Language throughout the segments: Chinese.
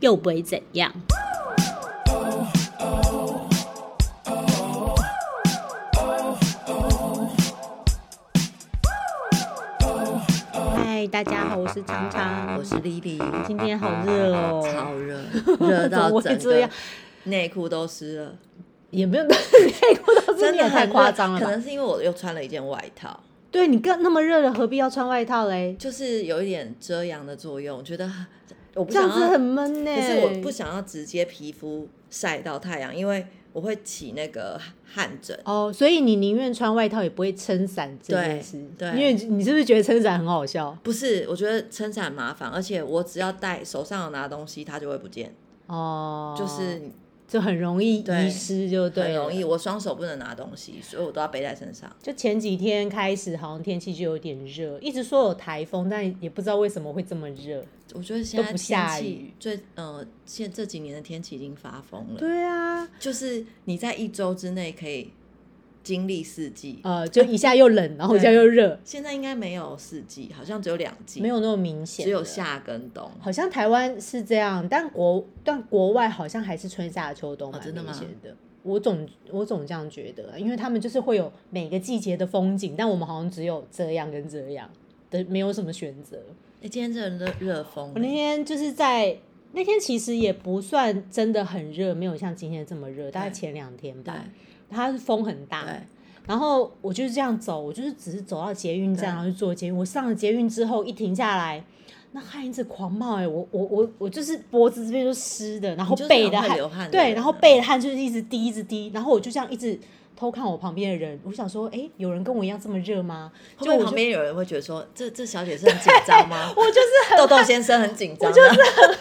又不会怎样。嗨，大家好，我是常常我。是 Lily，今天好热哦， 超热，热嗯怎么到会整这个样内裤都湿了，也没有 内裤都是真你的也太很热夸张了可吧？能是因为我又穿了一件外套，对你更那么热了，何必要穿外套嘞？就是有一点遮阳的作用，觉得我不这样想子要，很闷呢、可是我不想要直接皮肤晒到太阳，因为我会起那个汗疹。哦，所以你宁愿穿外套也不会撑伞这件对事，对因为你是不是觉得撑伞很好笑？不是，我觉得撑伞很麻烦，而且我只要带手上有拿东西，它就会不见，哦，就是就很容易遗对失，就对，很容易。。我双手不能拿东西，所以我都要背在身上。就前几天开始，好像天气就有点热，一直说有台风，但也不知道为什么会这么热。我觉得现都在不天下雨气最呃，现这几年的天气已经发疯了，对啊，就是你在一周之内可以经历四季，呃，就一下又冷，然后一下又热，现在应该没有四季，好像只有两季，没有那么明显。只有，夏跟冬。好像台湾是这样，但国但国外好像还是春夏秋冬哦蛮真的明吗显的。我总我总这样觉得，啊因为他们就是会有每个季节的风景，但我们好像只有这样跟这样的，没有什么选择。哎、今天这热热风我那欸，天就是在那天其实也不算真的很热，没有像今天这么热，大概前两天对吧。它是风很大，对，然后我就是这样走，我就是只是走到捷运站，对然后就坐捷运。我上了捷运之后一停下来，那汗一直狂冒、欸，哎，我我我我就是脖子这边就湿的，然后你就是背很的会汗，流汗的对，人然后啊背的汗就是一直滴一直滴，然后我就这样一直偷看我旁边的人，我想说，哎、有人跟我一样这么热吗？会就不我会就旁边有人会觉得说，这这小姐是很紧张吗？ 我就是很豆豆先生很紧张啊，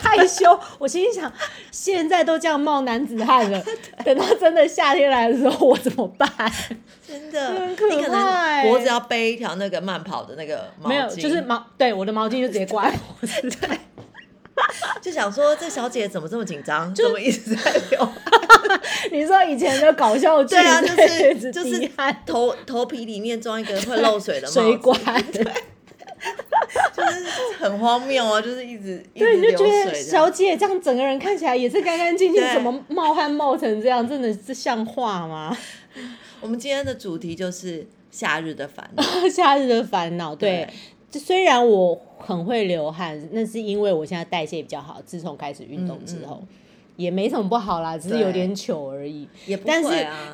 害羞， 我心里想，现在都这样冒男子汉 了，等到真的夏天来的时候，我怎么办？真的，很你可可怕欸能脖子要背一条那个慢跑的那个毛巾，没有，就是毛，对，我的毛巾就直接 挂在脖子上。就想说这小姐怎么这么紧张，怎么一直在流汗你说以前的搞笑剧， 对啊，就对是就一直是滴汗头头皮里面装一个会漏水的帽子水管，就是 很荒谬啊！就是一直 一对，直你就流觉得水这小样，姐这样整个人看起来也是干干净净，对怎么冒汗冒成这样？真的是像话吗？我们今天的主题就是夏日的烦恼。 夏日的烦恼，对对，就虽然我很会流汗，那是因为我现在代谢比较好，自从开始运动之后。也没什么不好啦，只是有点糗而已。也不但是会啊，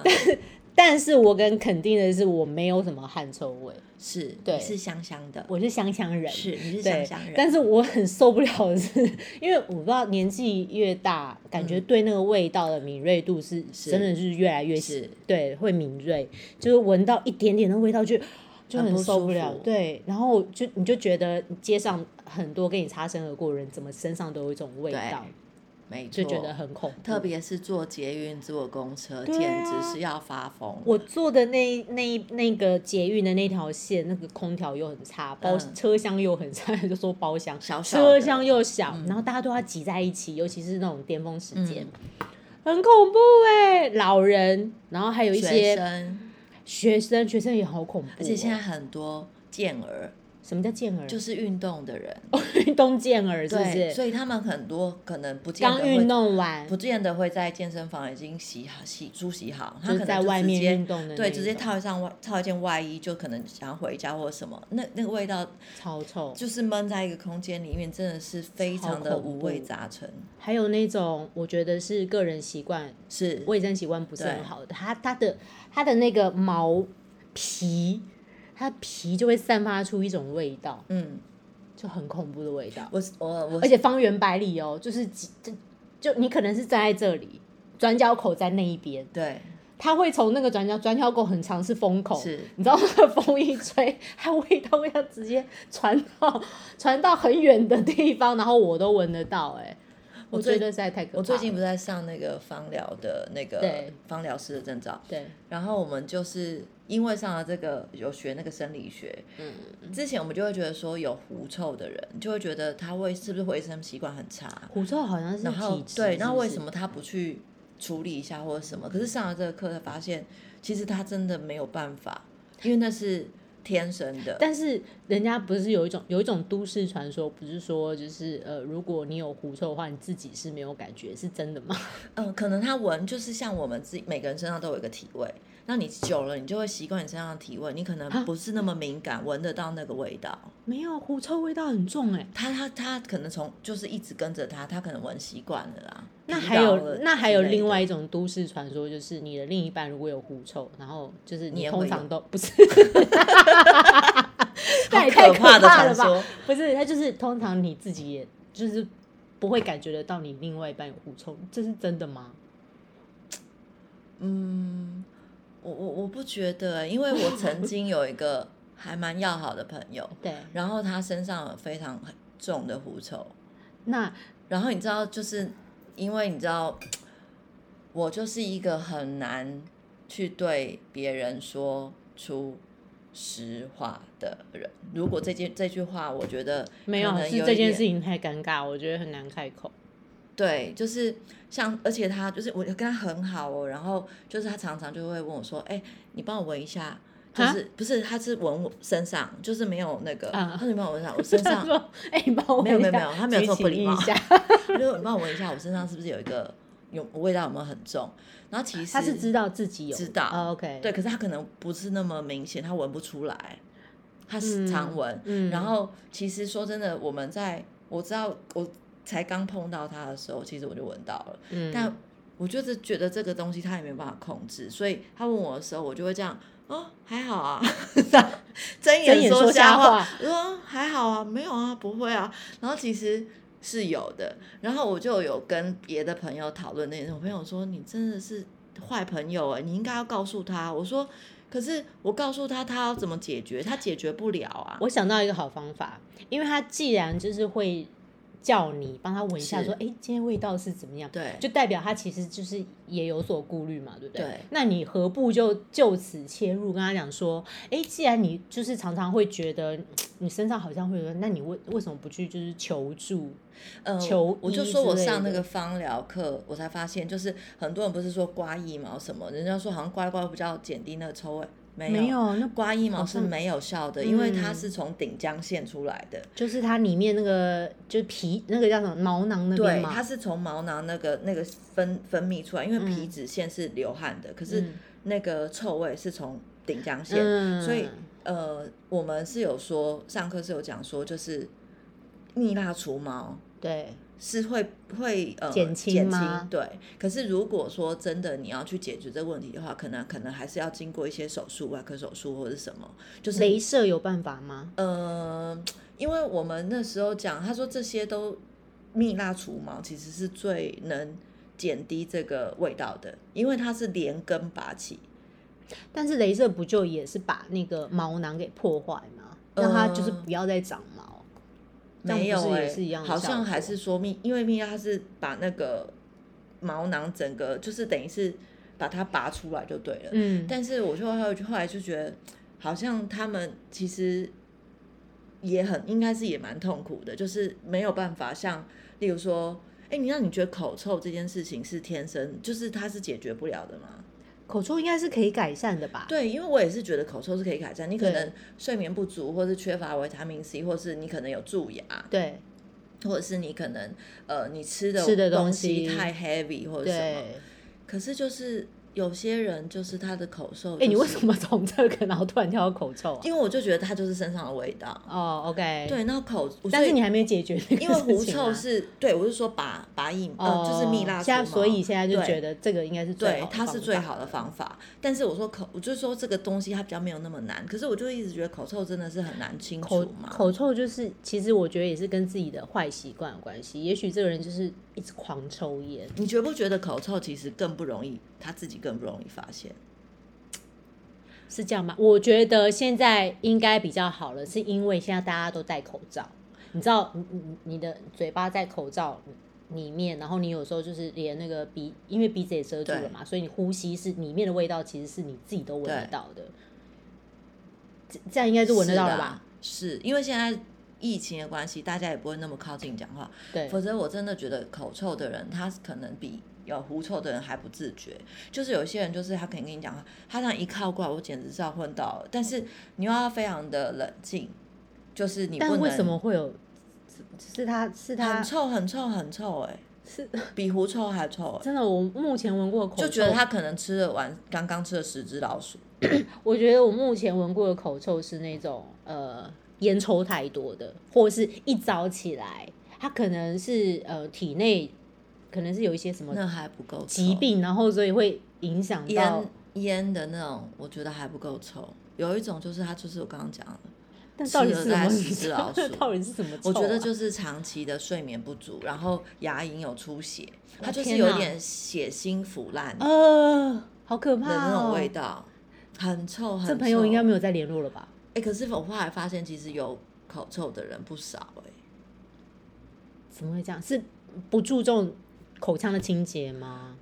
但是我跟肯定的是，我没有什么汗臭味，是对你是香香的，我是香香人。是你是香对香，人，但是我很受不了的是， 因为我不知道年纪越大，感觉对那个味道的敏锐度是嗯是真的是越来越是对，会敏锐，就是闻到一点点的味道就就很很不受舒不了服。对，然后就你就觉得街上很多跟你擦身而过的人，怎么身上都有一种味对道，没就错，觉得很恐怖。特别是坐捷运、坐公车，对啊简直是要发疯。我坐的那那那个捷运的那条线，那个空调又很差，包、嗯车厢又很差， 就说包厢小小车的嗯厢又小，然后大家都要挤在一起，尤其是那种巅峰时间，很恐怖哎、老人，然后还有一学些生，学生，学生也好恐怖哦、而且现在很多健儿，什么叫健儿？就是是运动的人， 运动健儿，是不对，是？所以他们很多可能不见得刚会运动完不，见得会在健身房已经洗好、洗梳洗好，他就可是能在就外直面接运动的那对，直接种套一上外套一件外衣，就可能想要回家或什么，那那个味道超臭。就是闷在一个空间里面，真的是非超常的恐五味怖杂陈。还有那种，我觉得是个人习惯是，卫生习惯不是很对好的，它它的它的那个毛皮，它皮就会散发出一种味道，嗯，就很恐怖的味道，我我我而且方圆百里哦，就是几就就你可能是站在这里，转角口在那一边，对它会从那个转角转角口很长是风口，是你知道那个风一吹，它味道会要直接传到 传到很远的地方，然后我都闻得到、哎，我我最觉得实在太可怕了。我最近不是在上那个芳疗的那个对芳疗师的证照，对，然后我们就是因为上了这个有学那个生理学，嗯，之前我们就会觉得说有狐臭的人，就会觉得他会是不是卫生习惯很差，狐臭好像是然后体质，对，然后是不为是什么他不去处理一下或者什么？可是上了这个课才发现，其实他真的没有办法，因为那是天生的。但是人家不是有一种有一种都市传说，不是说就是呃，如果你有狐臭的话，你自己是没有感觉，是真的吗？嗯，可能它闻就是像我们自己每个人身上都有一个体味，那你久了你就会习惯你身上的体味，你可能啊不是那么敏感，闻得到那个味道。 没有，狐臭味道很重哎、他他他可能从就是一直跟着他，他可能闻习惯了啦。那疲还劳有了那还有之类的另外一种都市传说，就是你的另一半如果有狐臭，然后就是你你也通会常有都 不 是，那好也太可怕的了传吧？说， 不是，他就是通常你自己也就是不会感觉得到你另外一半有狐臭，这是真的吗？嗯，我我我不觉得欸，因为我 曾经有一个还蛮要好的朋友，对，然后他身上有非常重的狐臭，那然后你知道，就是因为你知道，我就是一个很难去对别人说出实话的人。如果这件这句话，我觉得没有可能是有这一件点事情太尴尬，我觉得很难开口。对，就是像，而且他就是我跟他很好哦，然后就是他常常就会问我说：“哎、你帮我闻一下。”就啊是不是他是闻我身上，就是没有那个，啊他说你帮我闻一下 我身他上，说：“哎、你帮我啊没有闻没一下有没有他没有举这么不起礼一貌 下我就说你帮我闻一下我身上是不是有一个有味道有没有很重？然后其实他是知道自己有知道哦 OK，对，，可是他可能不是那么明显，他闻不出来，他是嗯常闻。嗯，然后其实说真的，我们在我知道我才刚碰到他的时候，其实我就闻到了，嗯，但我就是觉得这个东西他也没有办法控制，所以他问我的时候，我就会这样。哦，还好啊，睁睁眼说说瞎话话，我说哦还好啊，没有啊，不会啊。然后其实是有的，然后我就有跟别的朋友讨论那件事，我朋友说你真的是坏朋友哎、你应该要告诉他。我说，可是我告诉他，他要怎么解决？他解决不了啊。我想到一个好方法，因为他既然就是会叫你帮他闻一下，是说：“哎、今天味道是怎么样？”对就代表他其实就是也有所顾虑嘛，对不对？对那你何不就就此切入，跟他讲说：“哎、既然你就是常常会觉得嗯你身上好像会有，那你为为什么不去就是求助？呃求我就医说之我类上那的个芳疗课，我才发现，就是很多人不是说刮腋毛什么，人家说好像刮一刮比较减低那个臭味，没有，有，那刮腋毛好是像没有效的，因为它嗯是从顶浆腺出来的，就是它里面那个就是皮那个叫什么毛囊那边对，嘛，它是从毛囊那个那个分分泌出来，因为皮嗯脂腺是流汗的，可是嗯那个臭味是从顶浆腺，嗯，所以呃，我们是有说上课是有讲说，就是蜜蜡除毛，对，是会会呃减轻吗对。可是如果说真的你要去解决这个问题的话，可能可能还是要经过一些手术、外科手术或者什么，就是镭射有办法吗？呃，因为我们那时候讲，他说这些都蜜蜡除毛其实是最能减低这个味道的，因为它是连根拔起。但是镭射不就也是把那个毛囊给破坏吗？呃让它就是不要再长毛。这样没有不是也欸是一样的好效像还果是说蜜，因为蜜蜡它是把那个毛囊整个就是等于是把它拔出来就对了。嗯，但是我就后后来就觉得，好像他们其实也很应该是也蛮痛苦的，就是没有办法像，例如说，哎、你让你觉得口臭这件事情是天生，就是它是解决不了的嘛？口臭应该是可以改善的吧？，对，因为我也是觉得口臭是可以改善，你可对能睡眠不足，或是缺乏维他命 C，或是你可能有蛀牙，对或者是你可能呃你吃的吃的东东西西太 heavy 或者对。什么，哎、可是就是有些人就是他的口臭、就是，哎你为什么从这个然后突然跳到口臭啊？因为我就觉得它就是身上的味道。哦，OK，，对，那口，但所以是你还没解决那个因为狐事情啊臭是对我是说拔拔腋，呃，就是蜜哦蜡除现在毛所以现在就对觉得这个应该是最对好，的它是最方法嗯好的方法。但是我说口，我就说这个东西它比较没有那么难，可是我就一直觉得口臭真的是很难清口除嘛。口臭就是，其实我觉得也是跟自己的坏习惯有关系。也许这个人就是一直狂抽烟，你觉不觉得口臭其实更不容易，他自己更不容易发现？是这样吗？我觉得现在应该比较好了，是因为现在大家都戴口罩，你知道，你你你的嘴巴在口罩里面，然后你有时候就是连那个鼻，因为鼻子也遮住了嘛，所以你呼吸是里面的味道，其实是你自己都闻得对到的。这这样应该是闻得到了吧？啊是啦？是因为现在疫情的关系，大家也不会那么靠近讲话。对，否则我真的觉得口臭的人，他可能比有狐臭的人还不自觉。就是有些人，就是他可能跟你讲话，他这样一靠过来，我简直是要昏倒了。但是你又要非常的冷静，就是你不能但为什么会有？是是他是他很臭很臭很臭哎、是比狐臭还臭、欸，真的，我目前闻过的口臭，就觉得他可能吃了完刚刚吃了十只老鼠。我觉得我目前闻过的口臭是那种呃烟抽太多的，或者是一早起来，他可能是呃体内可能是有一些什么那还不够臭疾，病，然后所以会影响到烟。烟的那种，我觉得还不够臭。有一种就是它，就是我刚刚讲的，但到底吃是了什大概么？十只老鼠 到底是什么、啊我觉得就是长期的睡眠不足，然后牙龈有出血，我它就是哦天有哪点血腥腐烂的呃，好可怕、哦、那种味。道，很臭很臭。这朋友应该没有再联络了吧？哎、可是我后来发现，其实有口臭的人不少哎、怎么会这样？是不注重口腔的清洁吗？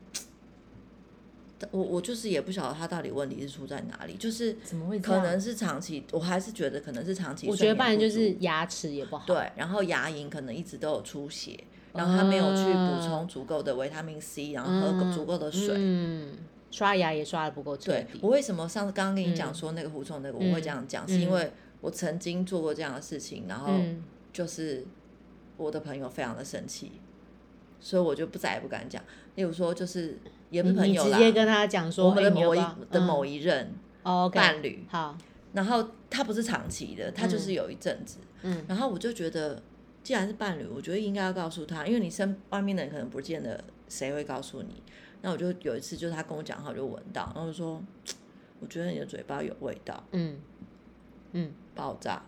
但我我就是也不晓得他到底问题是出在哪里，就是怎么会这可样能是长期，我还是觉得可能是长期睡眠不我足。觉得不然就是牙齿也不好。对，然后牙龈可能一直都有出血，然后他没有去补充足够的维他命 C，然后喝哦嗯足够的水。嗯，刷牙也刷的不够彻对底。我为什么上次刚刚跟你讲嗯说那个狐臭那个，嗯我会这样讲，是因嗯为我曾经做过这样的事情，然后嗯，就是我的朋友非常的生气，所以我就不再也不敢讲。例如说，就是也不你是朋你友直啦，接跟他讲说，我们的哎你要某不一要的嗯某一任哦 OK 伴侣，好，然后他不是长期的，他就是嗯有一阵子，嗯然后我就觉得，既然是伴侣，我觉得应该要告诉他，因为你身外面的人可能不见得谁会告诉你。那我就有一次，就是他跟我讲话，我就闻到，然后我就说，我觉得你的嘴巴有味道，嗯嗯，爆炸，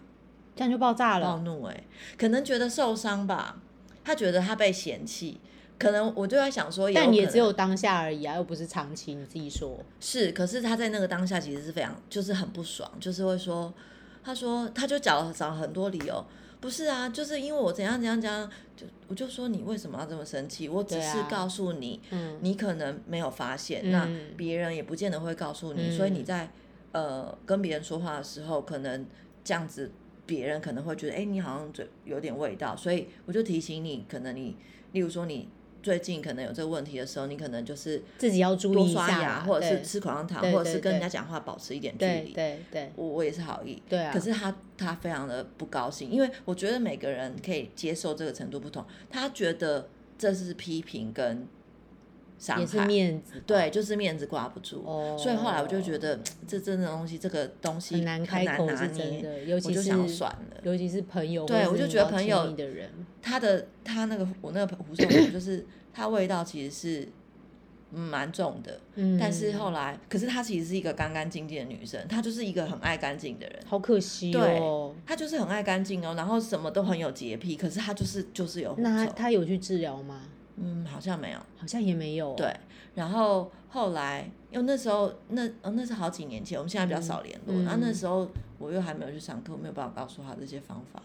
这样就爆炸暴了。怒、欸，可能觉得受伤吧，他觉得他被嫌弃，可能我就在想说，但你也可只能有当下而已啊，又不是长期，你自己说。是，可是他在那个当下其实是非常就是很不爽，就是会说，他说他就找了找很多理由，不是啊，就是因为我怎样怎样怎样，就我就说你为什么要这么生气？我只对是啊告诉你，嗯，你可能没有发现，那嗯别人也不见得会告诉你，所以你嗯在呃跟别人说话的时候，可能这样子，别人可能会觉得，哎、你好像嘴有点味道，所以我就提醒你，可能你，例如说你最近可能有这个问题的时候，你可能就是自己要注多意一刷下牙，啦或者是对吃口香糖，对或者对是跟人家对讲话保持一点距对离。对对，我我也是好意，对啊可是他他非常的不高兴，因为我觉得每个人可以接受这个程度不同，他觉得这是批评跟伤害，也是面子吧。对，就是面子挂不住。哦所以后来我就觉得这真的东西，这个东西很难开口拿是真捏，的，尤我其就是想要算了。尤其是朋友或对是我就你觉得要朋亲友密的人，他的他那个我那个狐臭味就是它味道其实是嗯蛮重的，嗯，但是后来，可是她其实是一个干干净净的女生，她就是一个很爱干净的人。好可惜对哦。她就是很爱干净哦，然后什么都很有洁癖，可是她就是就是有狐那他臭，他有去治疗吗？嗯，好像没有。好像也没有。对，然后后来，因为那时候那哦那是好几年前，我们现在比较少联络。嗯然后那时候我又还没有去上课，我没有办法告诉他这些方法。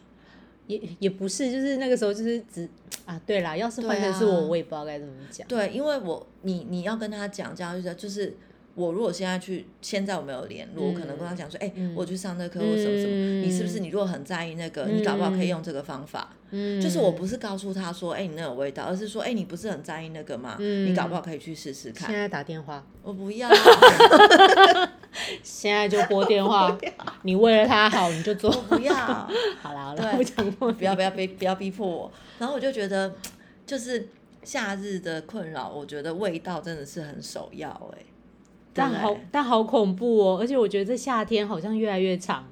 也也不是，就是那个时候就是只啊，对啦，要是换成是对啊我，我也不知道该怎么讲。对，因为我你你要跟他讲这样就是就是我如果现在去，现在我没有联络，我可能跟他讲说，哎、嗯我去上那课或什么什么，你是不是嗯你如果很在意那个，你搞不好可以用这个方法。嗯，就是我不是告诉他说，哎、你那有味道，而是说，哎、你不是很在意那个吗？你搞不好可以去试试嗯现看。在打电话，我不要，现在就拨电 话，你为了他好，你就做我。不要。 好啦，好啦，啊对我讲过不要不要逼不要逼迫我。然后我就觉得，就是夏日的困扰，我觉得味道真的是很首要哎、对但不对好但好恐怖哦！而且我觉得这夏天好像越来越长，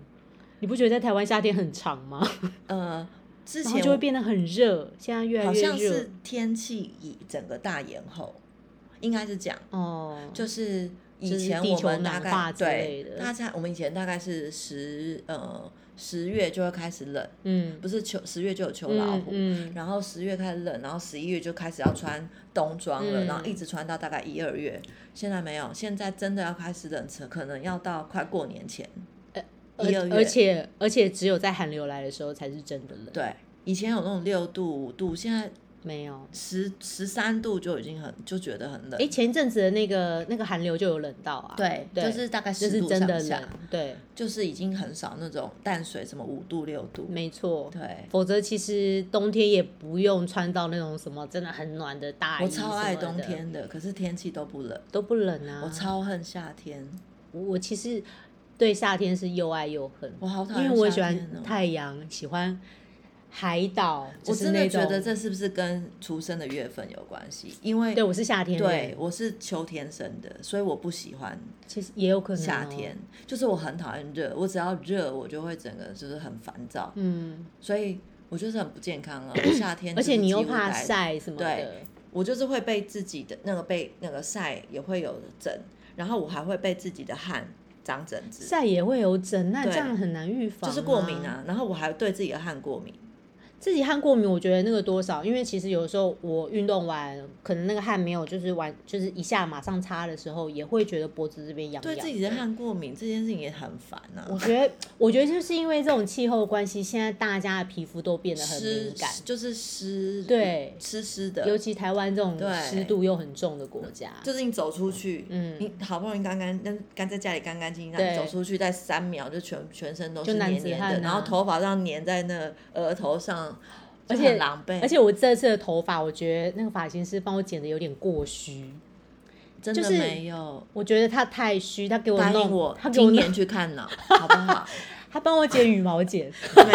你不觉得在台湾夏天很长吗？呃，之然后前就会变得很热，现在越来好越热。像是天气以整个大延后，应该是讲哦，就是。以就是前地我球们大暖化概之类对的，大家我们以前大概是十呃十月就会开始冷，嗯，不是秋十月就有秋嗯老虎，嗯，然后十月开始冷，然后十一月就开始要穿冬装了，嗯然后一直穿到大概一二月。现在没有，现在真的要开始冷车，可能要到快过年前。呃而一二嗯月而且而且只有在寒流来的时候才是真的冷。对，以前有那种六度五度，现在没有。十十三度就已经很就觉得很冷。哎，前一阵子的那个那个寒流就有冷到啊，对，对就是大概就十是度真的上下冷，，对，就是已经很少那种淡水什么五度六度。没错。对，否则其实冬天也不用穿到那种什么真的很暖的大衣，我超爱冬，天的，可是天气都不冷。都不冷啊。我超恨夏天，我我其实对夏天是又爱又恨，我好讨厌因为我喜夏天哦欢太阳，喜欢海岛，我就是真的那觉得种这是不是跟出生的月份有关系？因为对我是夏天欸人，对我是秋天生的，所以我不喜欢其实也有可能、哦、夏天，，就是我很讨厌热，我只要热我就会整个就是很烦躁，嗯，所以我就是很不 健康啊。我夏天而且就是你又几乎怕待，晒什么的对，我就是会被自己的那个被那个晒也会有疹，然后我还会被自己的汗长疹子，晒也会有疹，那对这样很难预防、就是过敏。啊，然后我还对自己的汗过敏。自己汗过敏，我觉得那个多少，因为其实有时候我运动完，可能那个汗没有，就是完就是一下马上擦的时候，也会觉得脖子这边痒对痒。自己的汗过敏这件事情也很烦啊。我觉得，我觉得就是因为这种气候关系，现在大家的皮肤都变得很湿敏感，就是湿，对湿湿的，尤其台湾这种对湿度又很重的国家，就是你走出去，嗯你好不容易干干干干在家里干干净净，对你走出去在三秒就全全身都是就男黏子黏汉的，啊然后头发上粘在那额头上，而就且很狼狈，而且我这次的头发，我觉得那个发型师帮我剪的有点过虚，真的就是没有。我觉得他太虚，他给我答弄，应我他给我今弄年，去看 脑，好不好？他帮我剪羽毛剪，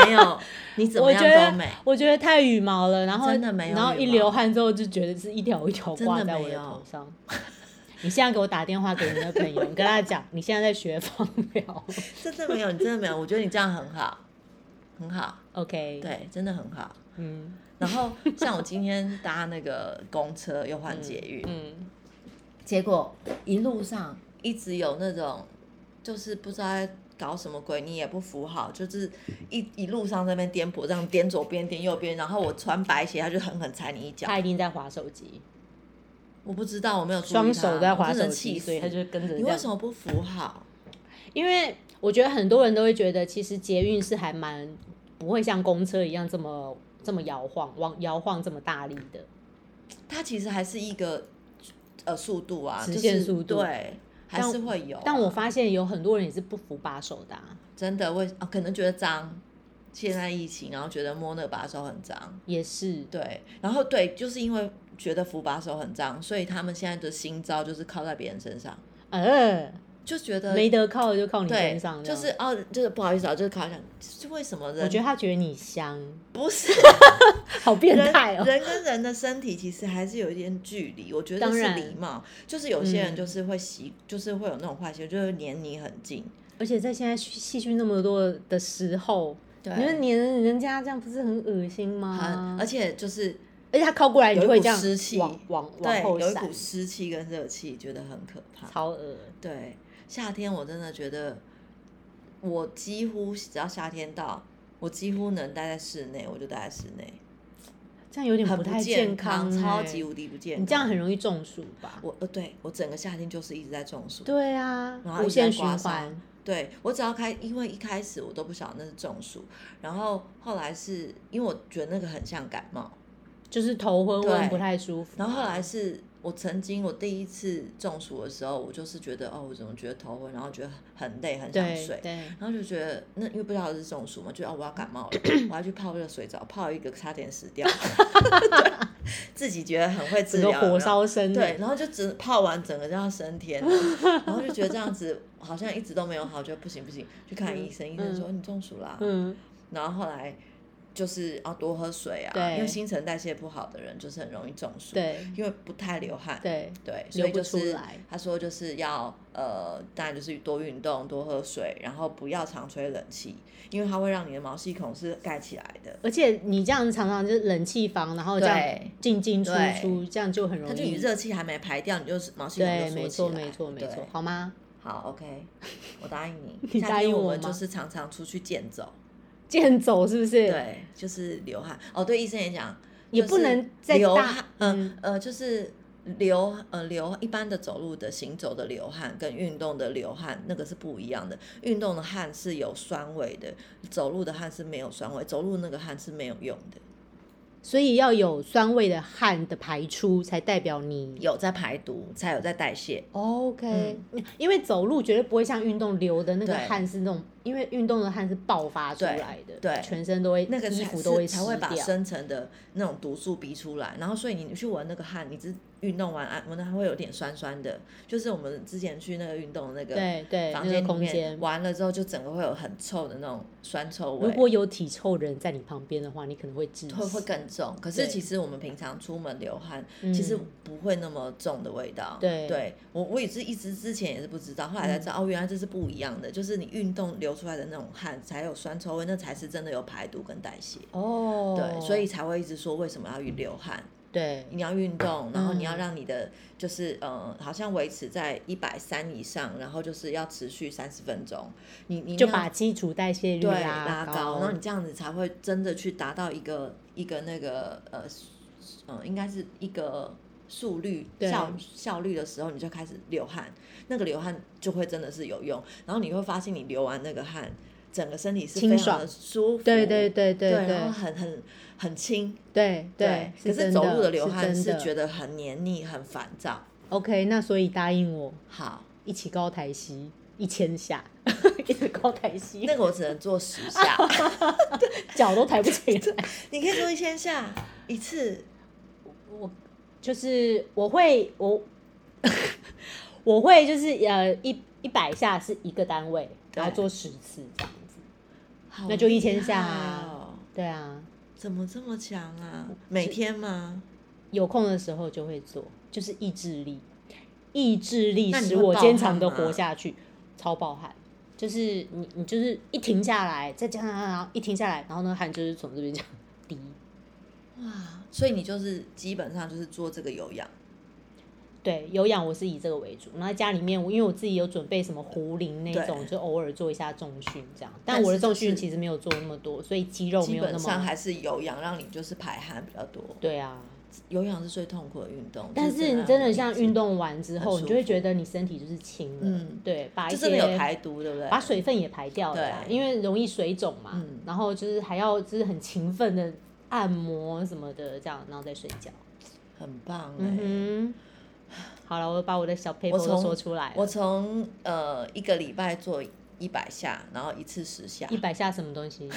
没有，你怎么我觉样都得美，我觉得太羽毛了，然后真的没有然后一羽毛流汗之后就觉得是一条一条挂真的在没我的有头上。 你现在给我打电话给你的朋友，你跟他讲，你现在在学芳疗真的没有，你真的没有。我觉得你这样很好，很好， ，OK？，对，真的很好。嗯然后像我今天搭那个公车，又换捷运，嗯，结果一路上一直有那种，就是不知道在搞什么鬼，你也不扶好，就是一一路上在那边颠簸，这样颠左边颠右边，然后我穿白鞋，他就狠狠踩你一脚。他一定在划手机，我不知道，我没有注意他双手在我划真的手气机，死所以他就跟着这你为什样。么不扶好？因为我觉得很多人都会觉得，其实捷运是还蛮不会像公车一样这么这么摇晃，往摇晃这么大力的。它其实还是一个呃速度啊，直线就是速度对，还但是会有啊、但我发现有很多人也是不服把手的、啊，真的会、啊，可能觉得脏，现在疫情，然后觉得摸那个把手很脏。也是对，然后对，就是因为觉得扶把手很脏，所以他们现在的新招就是靠在别人身上，呃，就觉得没得靠就靠你对身上，，就是。哦，就是不好意思啊，就是靠上，就是为什么人我觉得他觉得你香， 不是好变人态哦、人跟人的身体其实还是有一点距离，我觉得当是然礼貌，就是有些人嗯就是会习，就是会有那种坏习惯，就是黏你很近，而且在现在细菌那么多的时候，对你说黏人人家这样不是很恶心吗很，？而且就是而且他靠过来，你就有一会股这样湿气往往对往后有一闪股，湿气跟热气，觉得很可怕，超恶。对，夏天我真的觉得，我几乎只要夏天到，我几乎能待在室内，我就待在室内，这样有点很太健康欸，超级无敌不健康。你这样很容易中暑吧？我呃，对我整个夏天就是一直在中暑。对啊然后，一无直在限循刮痧环，对我只要开，因为一开始我都不晓得那是中暑，然后后来是因为我觉得那个很像感冒，就是头昏对昏不太舒服啊。然后后来是我曾经我第一次中暑的时候，我就是觉得哦，我怎么觉得头昏，然后觉得很累，很想对睡。对，然后就觉得那因为不知道是中暑嘛，就哦我要感冒 了，我要去泡热水澡，泡一个差点死 掉，对自己觉得很会整治个疗，有没火有烧身对，欸，然后就只泡完整个这样升天了，然后就 觉得这样子好像一直都没有好，就不行不行，去看医生，医生说你中暑啦、嗯，然后后来就是要多喝水啊，对因为新陈代谢不好的人就是很容易中暑，对因为不太流汗，对，对，流所以不就出是来他说就是要呃，当然就是多运动、多喝水，然后不要常吹冷气，因为它会让你的毛细孔是盖起来的，而且你这样常常就是冷气房，然哦后这样对进进出对出，这样就很容它就你易。热气还没排掉，你就是毛细孔对，就没错，缩起来。没错，没对错，。好吗？好，OK，我 。答应你你夏答天应我们吗就是常常出去健走，健走是不是？，对，就是流汗。哦，对，医生也讲，也就是不能再流大汗，嗯嗯呃，就是流呃流一般的走路的行走的流汗跟运动的流汗那个是不一样的，运动的汗是有酸味的，走路的汗是没有酸味，走路那个汗是没有用的。所以要有酸味的汗的排出，才代表你有在排毒，才有在代谢。 OK，、因嗯为走路绝对不会像运动流的那个对汗是那种，因为运动的汗是爆发出对来的，对全身都会，那个衣才服是都会湿才会把掉。深层的那种毒素逼出来，然后所以你去闻那个汗，你只运动完啊，闻到还会有点酸酸的，就是我们之前去那个运动的那个对对，房那间个里空面，间。完了之后就整个会有很臭的那种酸臭味，如果有体臭人在你旁边的话，你可能会窒会会息。更重。可是对其实我们平常出门流汗，嗯其实不会那么重的味道。对嗯我我也是一直之前也是不知道，后来才知道、哦，原来这是不一样的，就是你运动流出来的那种汗才有酸臭味，那才是真的有排毒跟代谢。哦，对，所以才会一直说为什么要运流汗？对你要运动，然后你要嗯让你的、就是呃，好像维持在一百三以上，然后就是要持续三十分钟，你你就那样把基础代谢率对拉高，然后你这样子才会真的去达到一个一个那个呃呃，应该是一个速率对效效率的时候，你就开始流汗，那个流汗就会真的是有用，然后你会发现你流完那个汗，整个身体是清非常爽的舒服，对对对对对，然后对很很很轻，对对，可是真走路的流汗是是真觉的。得很黏腻、很烦躁。 OK，那所以答应我 好，一起高抬膝一千 下，一直高抬膝，那个我只能做十下， 脚都抬不起来。你可以做一千下一次。我就是我会我 我会就是呃一一百下是一个单位，对然后做十次这样子。好那就厉1000下啊害哦对啊，怎么这么强啊？每天吗？有空的时候就会做，就是意志力，意志力那你使会我暴坚强汗的吗活下去，超爆汗。就是你，你就是一停下来，再加上然后一停下来，然后呢汗就是从这边这样滴，哇！所以你就是基本上就是做这个有氧，对，有氧我是以这个为主，然后家里面我因为我自己有准备什么壶铃那种，对就偶尔做一下重训这样。但但我的是就重训是其实没有做那么多，所以肌肉没基有那本上么。还是有氧，让你就是排汗比较多。对啊，有氧是最痛苦的运动，但就是你真的像运动动完之后，很你舒就会服觉得你身体就是轻了，嗯对，把让一你，就些真的有排毒，对不对？把水分也排掉了啦，对因为容易水肿嘛。嗯然后就是还要就是很勤奋的按摩什么的，这样然后再睡觉。很棒哎、嗯哼，好了，我把我的小 paper 都从说出来我了。从呃一个礼拜做一百下，然后一次十下一，百下什么东西？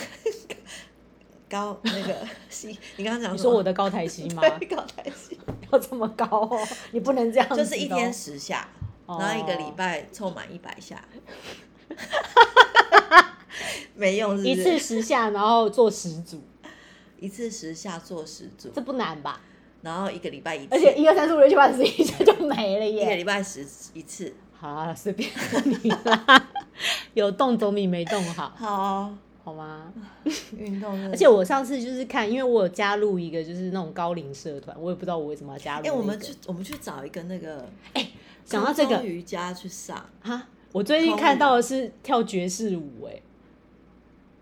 高那 个吸，你刚刚讲你什说么我的高台溪吗？对高抬吸，要这么高哦，你不能这样子哦、就是一天十下，哦，然后一个礼拜凑满一百 下，没用是不是一次十下，然后做十组，一次十下做十组，这不难吧？然后一个礼拜一次，而且一二三四五六七八十一下就没了一个耶。礼拜十一次。好啦，随便你啦，有动总比没动好，好、哦，好吗？运动真的而且我上次就是看，因为我有加入一个就是那种高龄社团，我也不知道我为什么要加入、哎、那个。我们去我们去找一个那个讲到这空个中瑜伽去上，哈，我最近空看舞到的是跳爵士舞、哎，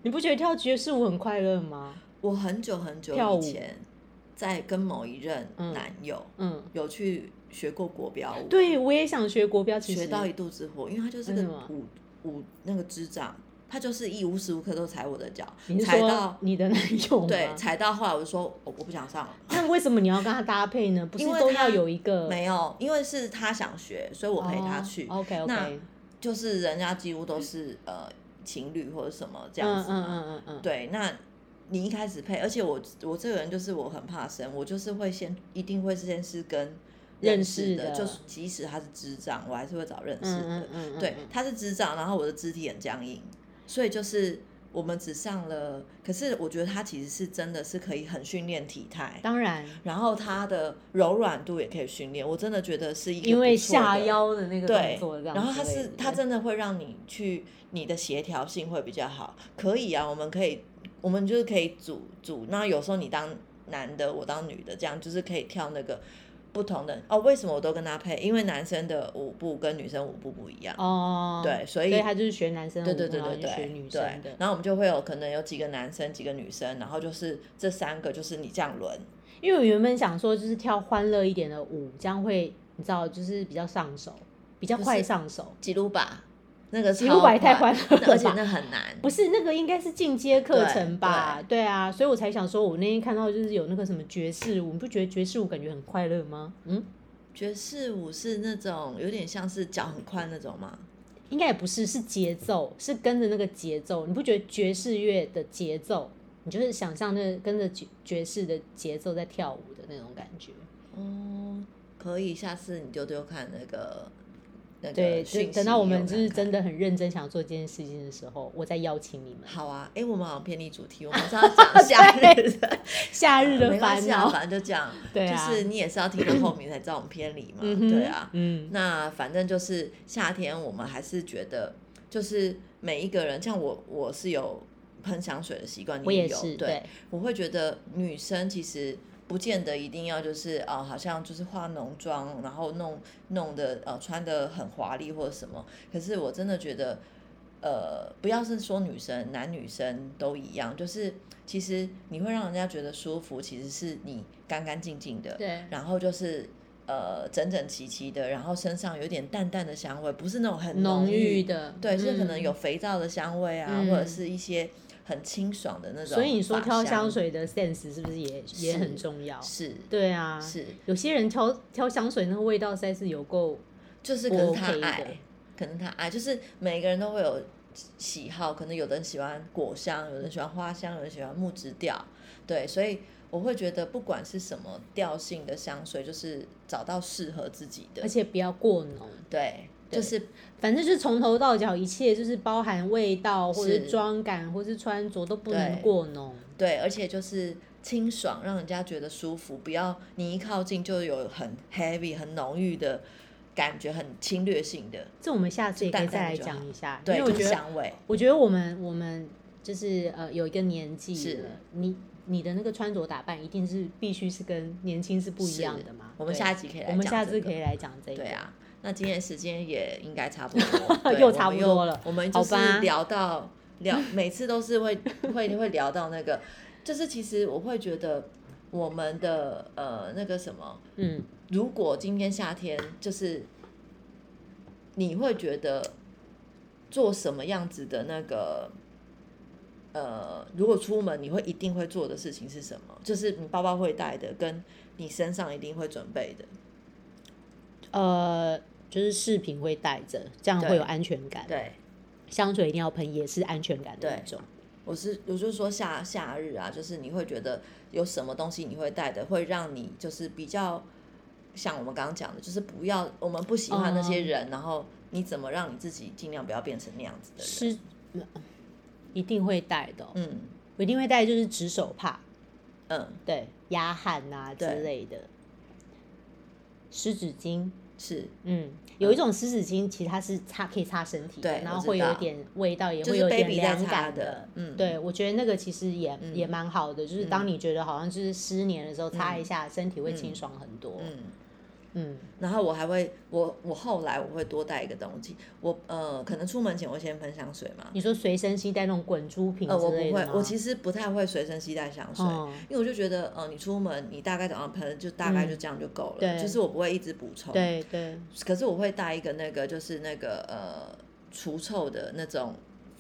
你不觉得跳爵士舞很快乐吗？我很久很久跳舞以前在跟某一任嗯男友、嗯，有去学过国标舞，对，我也想学国标，其实学到一肚子火，因为他就是为个什么舞舞那个智障，他就是一无时无刻都踩我的脚你，是踩说到你的男友吗？对，踩到后来我就说我我不想上了。 那为什么你要跟他搭配呢？不是因为都他要有一个没有，因为是他想学，所以我陪哦他去。 OK 那 OK，就是人家几乎都是呃情侣或者什么这这样子嗯嘛。嗯嗯嗯，嗯，对，那你一开始配，而且我我这个人就是我很怕生，我就是会先一定会先是跟认识识的，的就是即使他是智障，我还是会找认识的。嗯嗯嗯，嗯对，，他是智障，然后我的肢体很僵硬，所以就是我们只上了，可是我觉得他其实是真的是可以很训练体态。当然，然后它的柔软度也可以训练，我真的觉得是一个因为不错的下腰的那个动对作这，样之类的，然后它是它真的会让你去你的协调性会比较好，可以啊，我们可以，我们就是可以组组，那有时候你当男的，我当女的，这样就是可以跳那个不同的哦。为什么我都跟他配？因为男生的舞步跟女生舞步不一样，哦，对，，所所以以他就是学男生的对舞步，哎对对然后对就学对女对生的，然后我们就会有可能有几个男生，几个女生，然后就是这三个就是你这样轮，因为我原本想说就是跳欢乐一点的舞，这样会你知道就是比较上手，比较不快是上手，吉鲁巴。那个几超乎百太欢快乐那了而且吧那很难。不是那个应该是进阶课对程吧？对啊，所以我才想说，我那天看到就是有那个什么爵士舞，你不觉得爵士舞感觉很快乐吗？嗯，爵士舞是那种有点像是脚很宽那种吗？应该也不是，是节奏，是跟着那个节奏。你不觉得爵士乐的节奏，你就是想象那个跟着爵爵士的节奏在跳舞的那种感觉？哦，可以，下次你就丢看那个那对，个就讯息等到我们有就看是看真的很认真想做这件事情的时候，我再邀请 你们。好啊。哎，我们好像偏离主题，我们是 要讲夏日的夏日的没关烦系啊，恼，反正就这样。对啊就是你也是要听到后面才知道我们偏离嘛，嗯哼对啊。嗯，那反正就是夏天，我们还是觉得，就是每一个人，像我，我是有喷香水的习惯，你我也有是，对，对，我会觉得女生其实不见得一定要就是呃，好像就是化浓妆，然后弄弄的呃穿的很华丽或者什么。可是我真的觉得，呃，不要是说女生，男女生都一样，就是其实你会让人家觉得舒服，其实是你干干净净的，对然后就是。呃，整整齐齐的，然后身上有点淡淡的香味，不是那种很浓浓郁郁，的，对，是可嗯能有肥皂的香味啊，嗯或者是一些很清爽的那种。所以你说挑香水的 sense 是不是也也是很重要？是，对啊，是，有些人挑挑香水那个味道实在是有够，就是不可能他 OK 的爱，可能他爱，就是每个人都会有喜好，可能有的人喜欢果香，有的人喜欢花香，有人喜欢木质调，对，所以我会觉得不管是什么调性的香水，就是找到适合自己的而，且不要过浓。对，就是反正就是从头到脚，一切就是包含味道，或者是是妆感，或是穿着都不能对过浓。对，而且就是清爽，让人家觉得舒服，不要你一靠近就有很 heavy、很浓郁的感觉，很侵略性的，这我们下次也可以淡淡再来的就讲好一下，因对，为我就觉是得，香味，我觉得我们我们就是呃有一个年纪是了，你你的那个穿着打扮一定是必须是跟年轻是不一是样的嘛。我们对啊下一集可以来我们讲下这次个可以来讲这个。，对啊，那今天的时间也应该差不多 对又我差们不多了我们好就是吧聊到聊，每次都是会会会聊到那个，就是其实我会觉得我们的呃那个什么，嗯，如果今天夏天就是你会觉得做什么样子的那个？呃，如果出门，你会一定会做的事情是什么？就是你包包会带的，跟你身上一定会准备的。呃，就是饰品会带着，这样对会有安全感。对，香水一定要喷，也是安全感的一对种。我是我就说夏夏日啊，就是你会觉得有什么东西你会带的，会让你就是比较像我们刚刚讲的，就是不要我们不喜欢那些人，然后你怎么让你自己尽量不要变成那样子的人？是，嗯一定会带的哦、嗯我一定会带，就是纸手帕，嗯，对，压汗啊之对类的，湿纸巾。是嗯，有一种湿纸巾，其实它是擦可以擦身体的，对然我后知会有道点味道，也就会是有点 baby 在凉擦感的，嗯，对，我觉得那个其实也、也嗯蛮好的，就是当嗯你觉得好像就是失眠的时候，擦一下，身体会清嗯爽很多。嗯。嗯然后我还会，我我后来我会多带一个东西，我呃，可能出门前我先喷香水嘛，你说随身携带那种滚珠瓶呃，之我不类会的吗？，我其实不太会随身携带香水，嗯因为我就觉得，呃，你出门你大概早上喷，就大概就这样就够了，对就是我不会一直补充。，对对，可是我会带一个那个，就是那个呃除臭的那种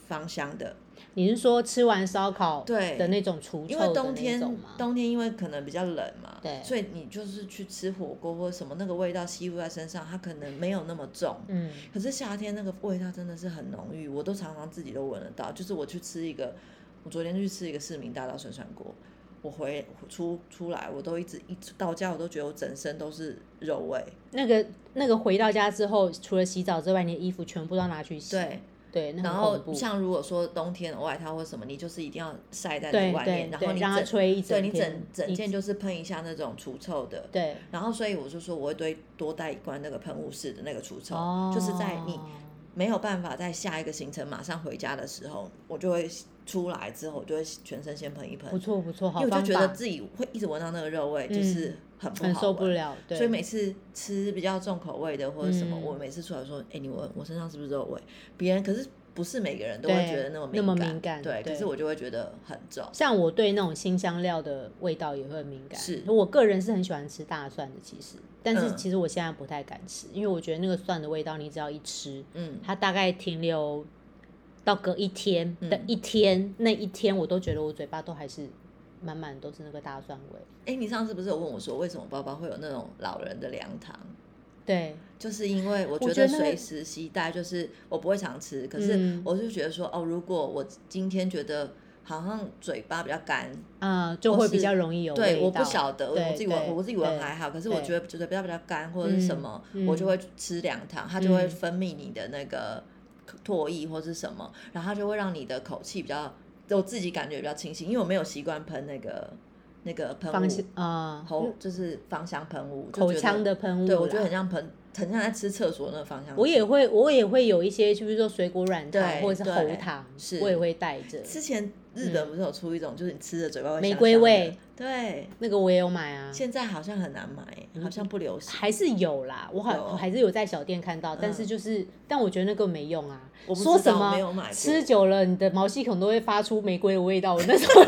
芳香的，你是说吃完烧烤对的那种除因臭为的冬那天种吗？冬天因为可能比较冷嘛，对所以你就是去吃火锅或什么，那个味道吸附在身上，它可能没有那么重。嗯，可是夏天那个味道真的是很浓郁，我都常常自己都闻得到。就是我去吃一个，我昨天去吃一个市民大道涮涮锅，我回出出来，我都一直一直到家，我都觉得我整身都是肉味。那个那个回到家之后，除了洗澡之外，你的衣服全部都要拿去洗。对，对，那然很恐后怖。像如果说冬天的外套或什么，你就是一定要晒在对你外对面，然对后你让它整吹一整对你天整一整件就是喷一下那种除臭的。对，然后，所以我就说我会多多带一罐那个喷雾式的那个除臭，哦，就是在你没有办法在下一个行程马上回家的时候，我就会出来之后，我就会全身先喷一喷不，错不错，好呃因为我方就觉得法，自己会一直闻到那个肉味，就嗯是很不很好受不闻。了，对，所以每次吃比较重口味的或者什么，嗯我每次出来说，哎、你闻我身上是不是肉味？别人可是不是每个人都会对觉得那么那么敏敏感对，对可是我就会觉得很重。像我对那种新香料的味道也会很敏感，是我个人是很喜欢吃大蒜的，其实，但是嗯其实我现在不太敢吃，因为我觉得那个蒜的味道，你只要一吃，嗯，它大概停留到隔一天嗯的一天、那一天，我都觉得我嘴巴都还是满满都是那个大蒜味。哎、你上次不是有问我说，为什么包包会有那种老人的凉糖？对，就是因为我我觉觉得得那随个时携带，就是我不会常吃，可是嗯我就觉得说，哦，如果我今天觉得好像嘴巴比较干，啊、就或会是比较容易有味道。对，我不晓得，我对自己闻，对我自己闻对还好，可是我对觉得觉得比较比较干或者是什么，嗯我就嗯会吃两糖，它就会嗯分泌你的那个唾液或是什么，然后它就会让你的口气比较，我自己感觉比较清新，因为我没有习惯喷那个那个喷芳雾香，啊、喉就是芳香喷雾，就口觉得腔的喷雾对我觉得啦很像喷，很像在吃厕所那个芳香剂。我也会，我也会有一些，就是说水果软糖对或者是对喉糖，是我也会带着。之前日本不是有出一种，就是你吃的嘴巴嗯会玫香瑰香的味，对，那个我也有买啊，现在好像很难买，好像不流行。还是有啦，我有好还是有在小店看到，但是嗯就是，但我觉得那个没用啊。我不说知道什我没有买么过吃久了，你的毛细孔都会发出玫瑰的味道。我那时候，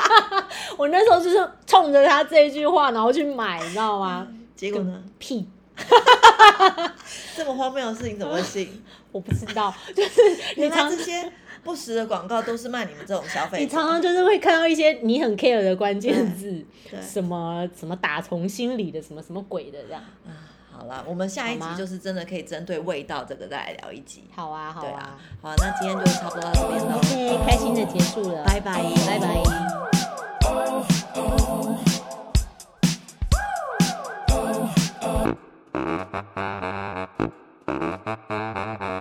我那时候就是冲着他这一句话，然后去买，你知道吗？结果呢？屁，这么荒谬的事情怎么 会信？我不知 道，就是你原来常这些不实的广告都是卖你们这种消费你者常。常就是会看到一些你很 care 的关键字，对什么什么打从心里的，什么什么鬼的这样。啊，好啦，我们下好一集吗就是真的可以针对味道这个再来聊一集。好啊，好对啊啊，好啊，那今天就差不多到这边喽， ，OK，开心的结束了，拜啊拜，拜拜。 Ha ha ha ha.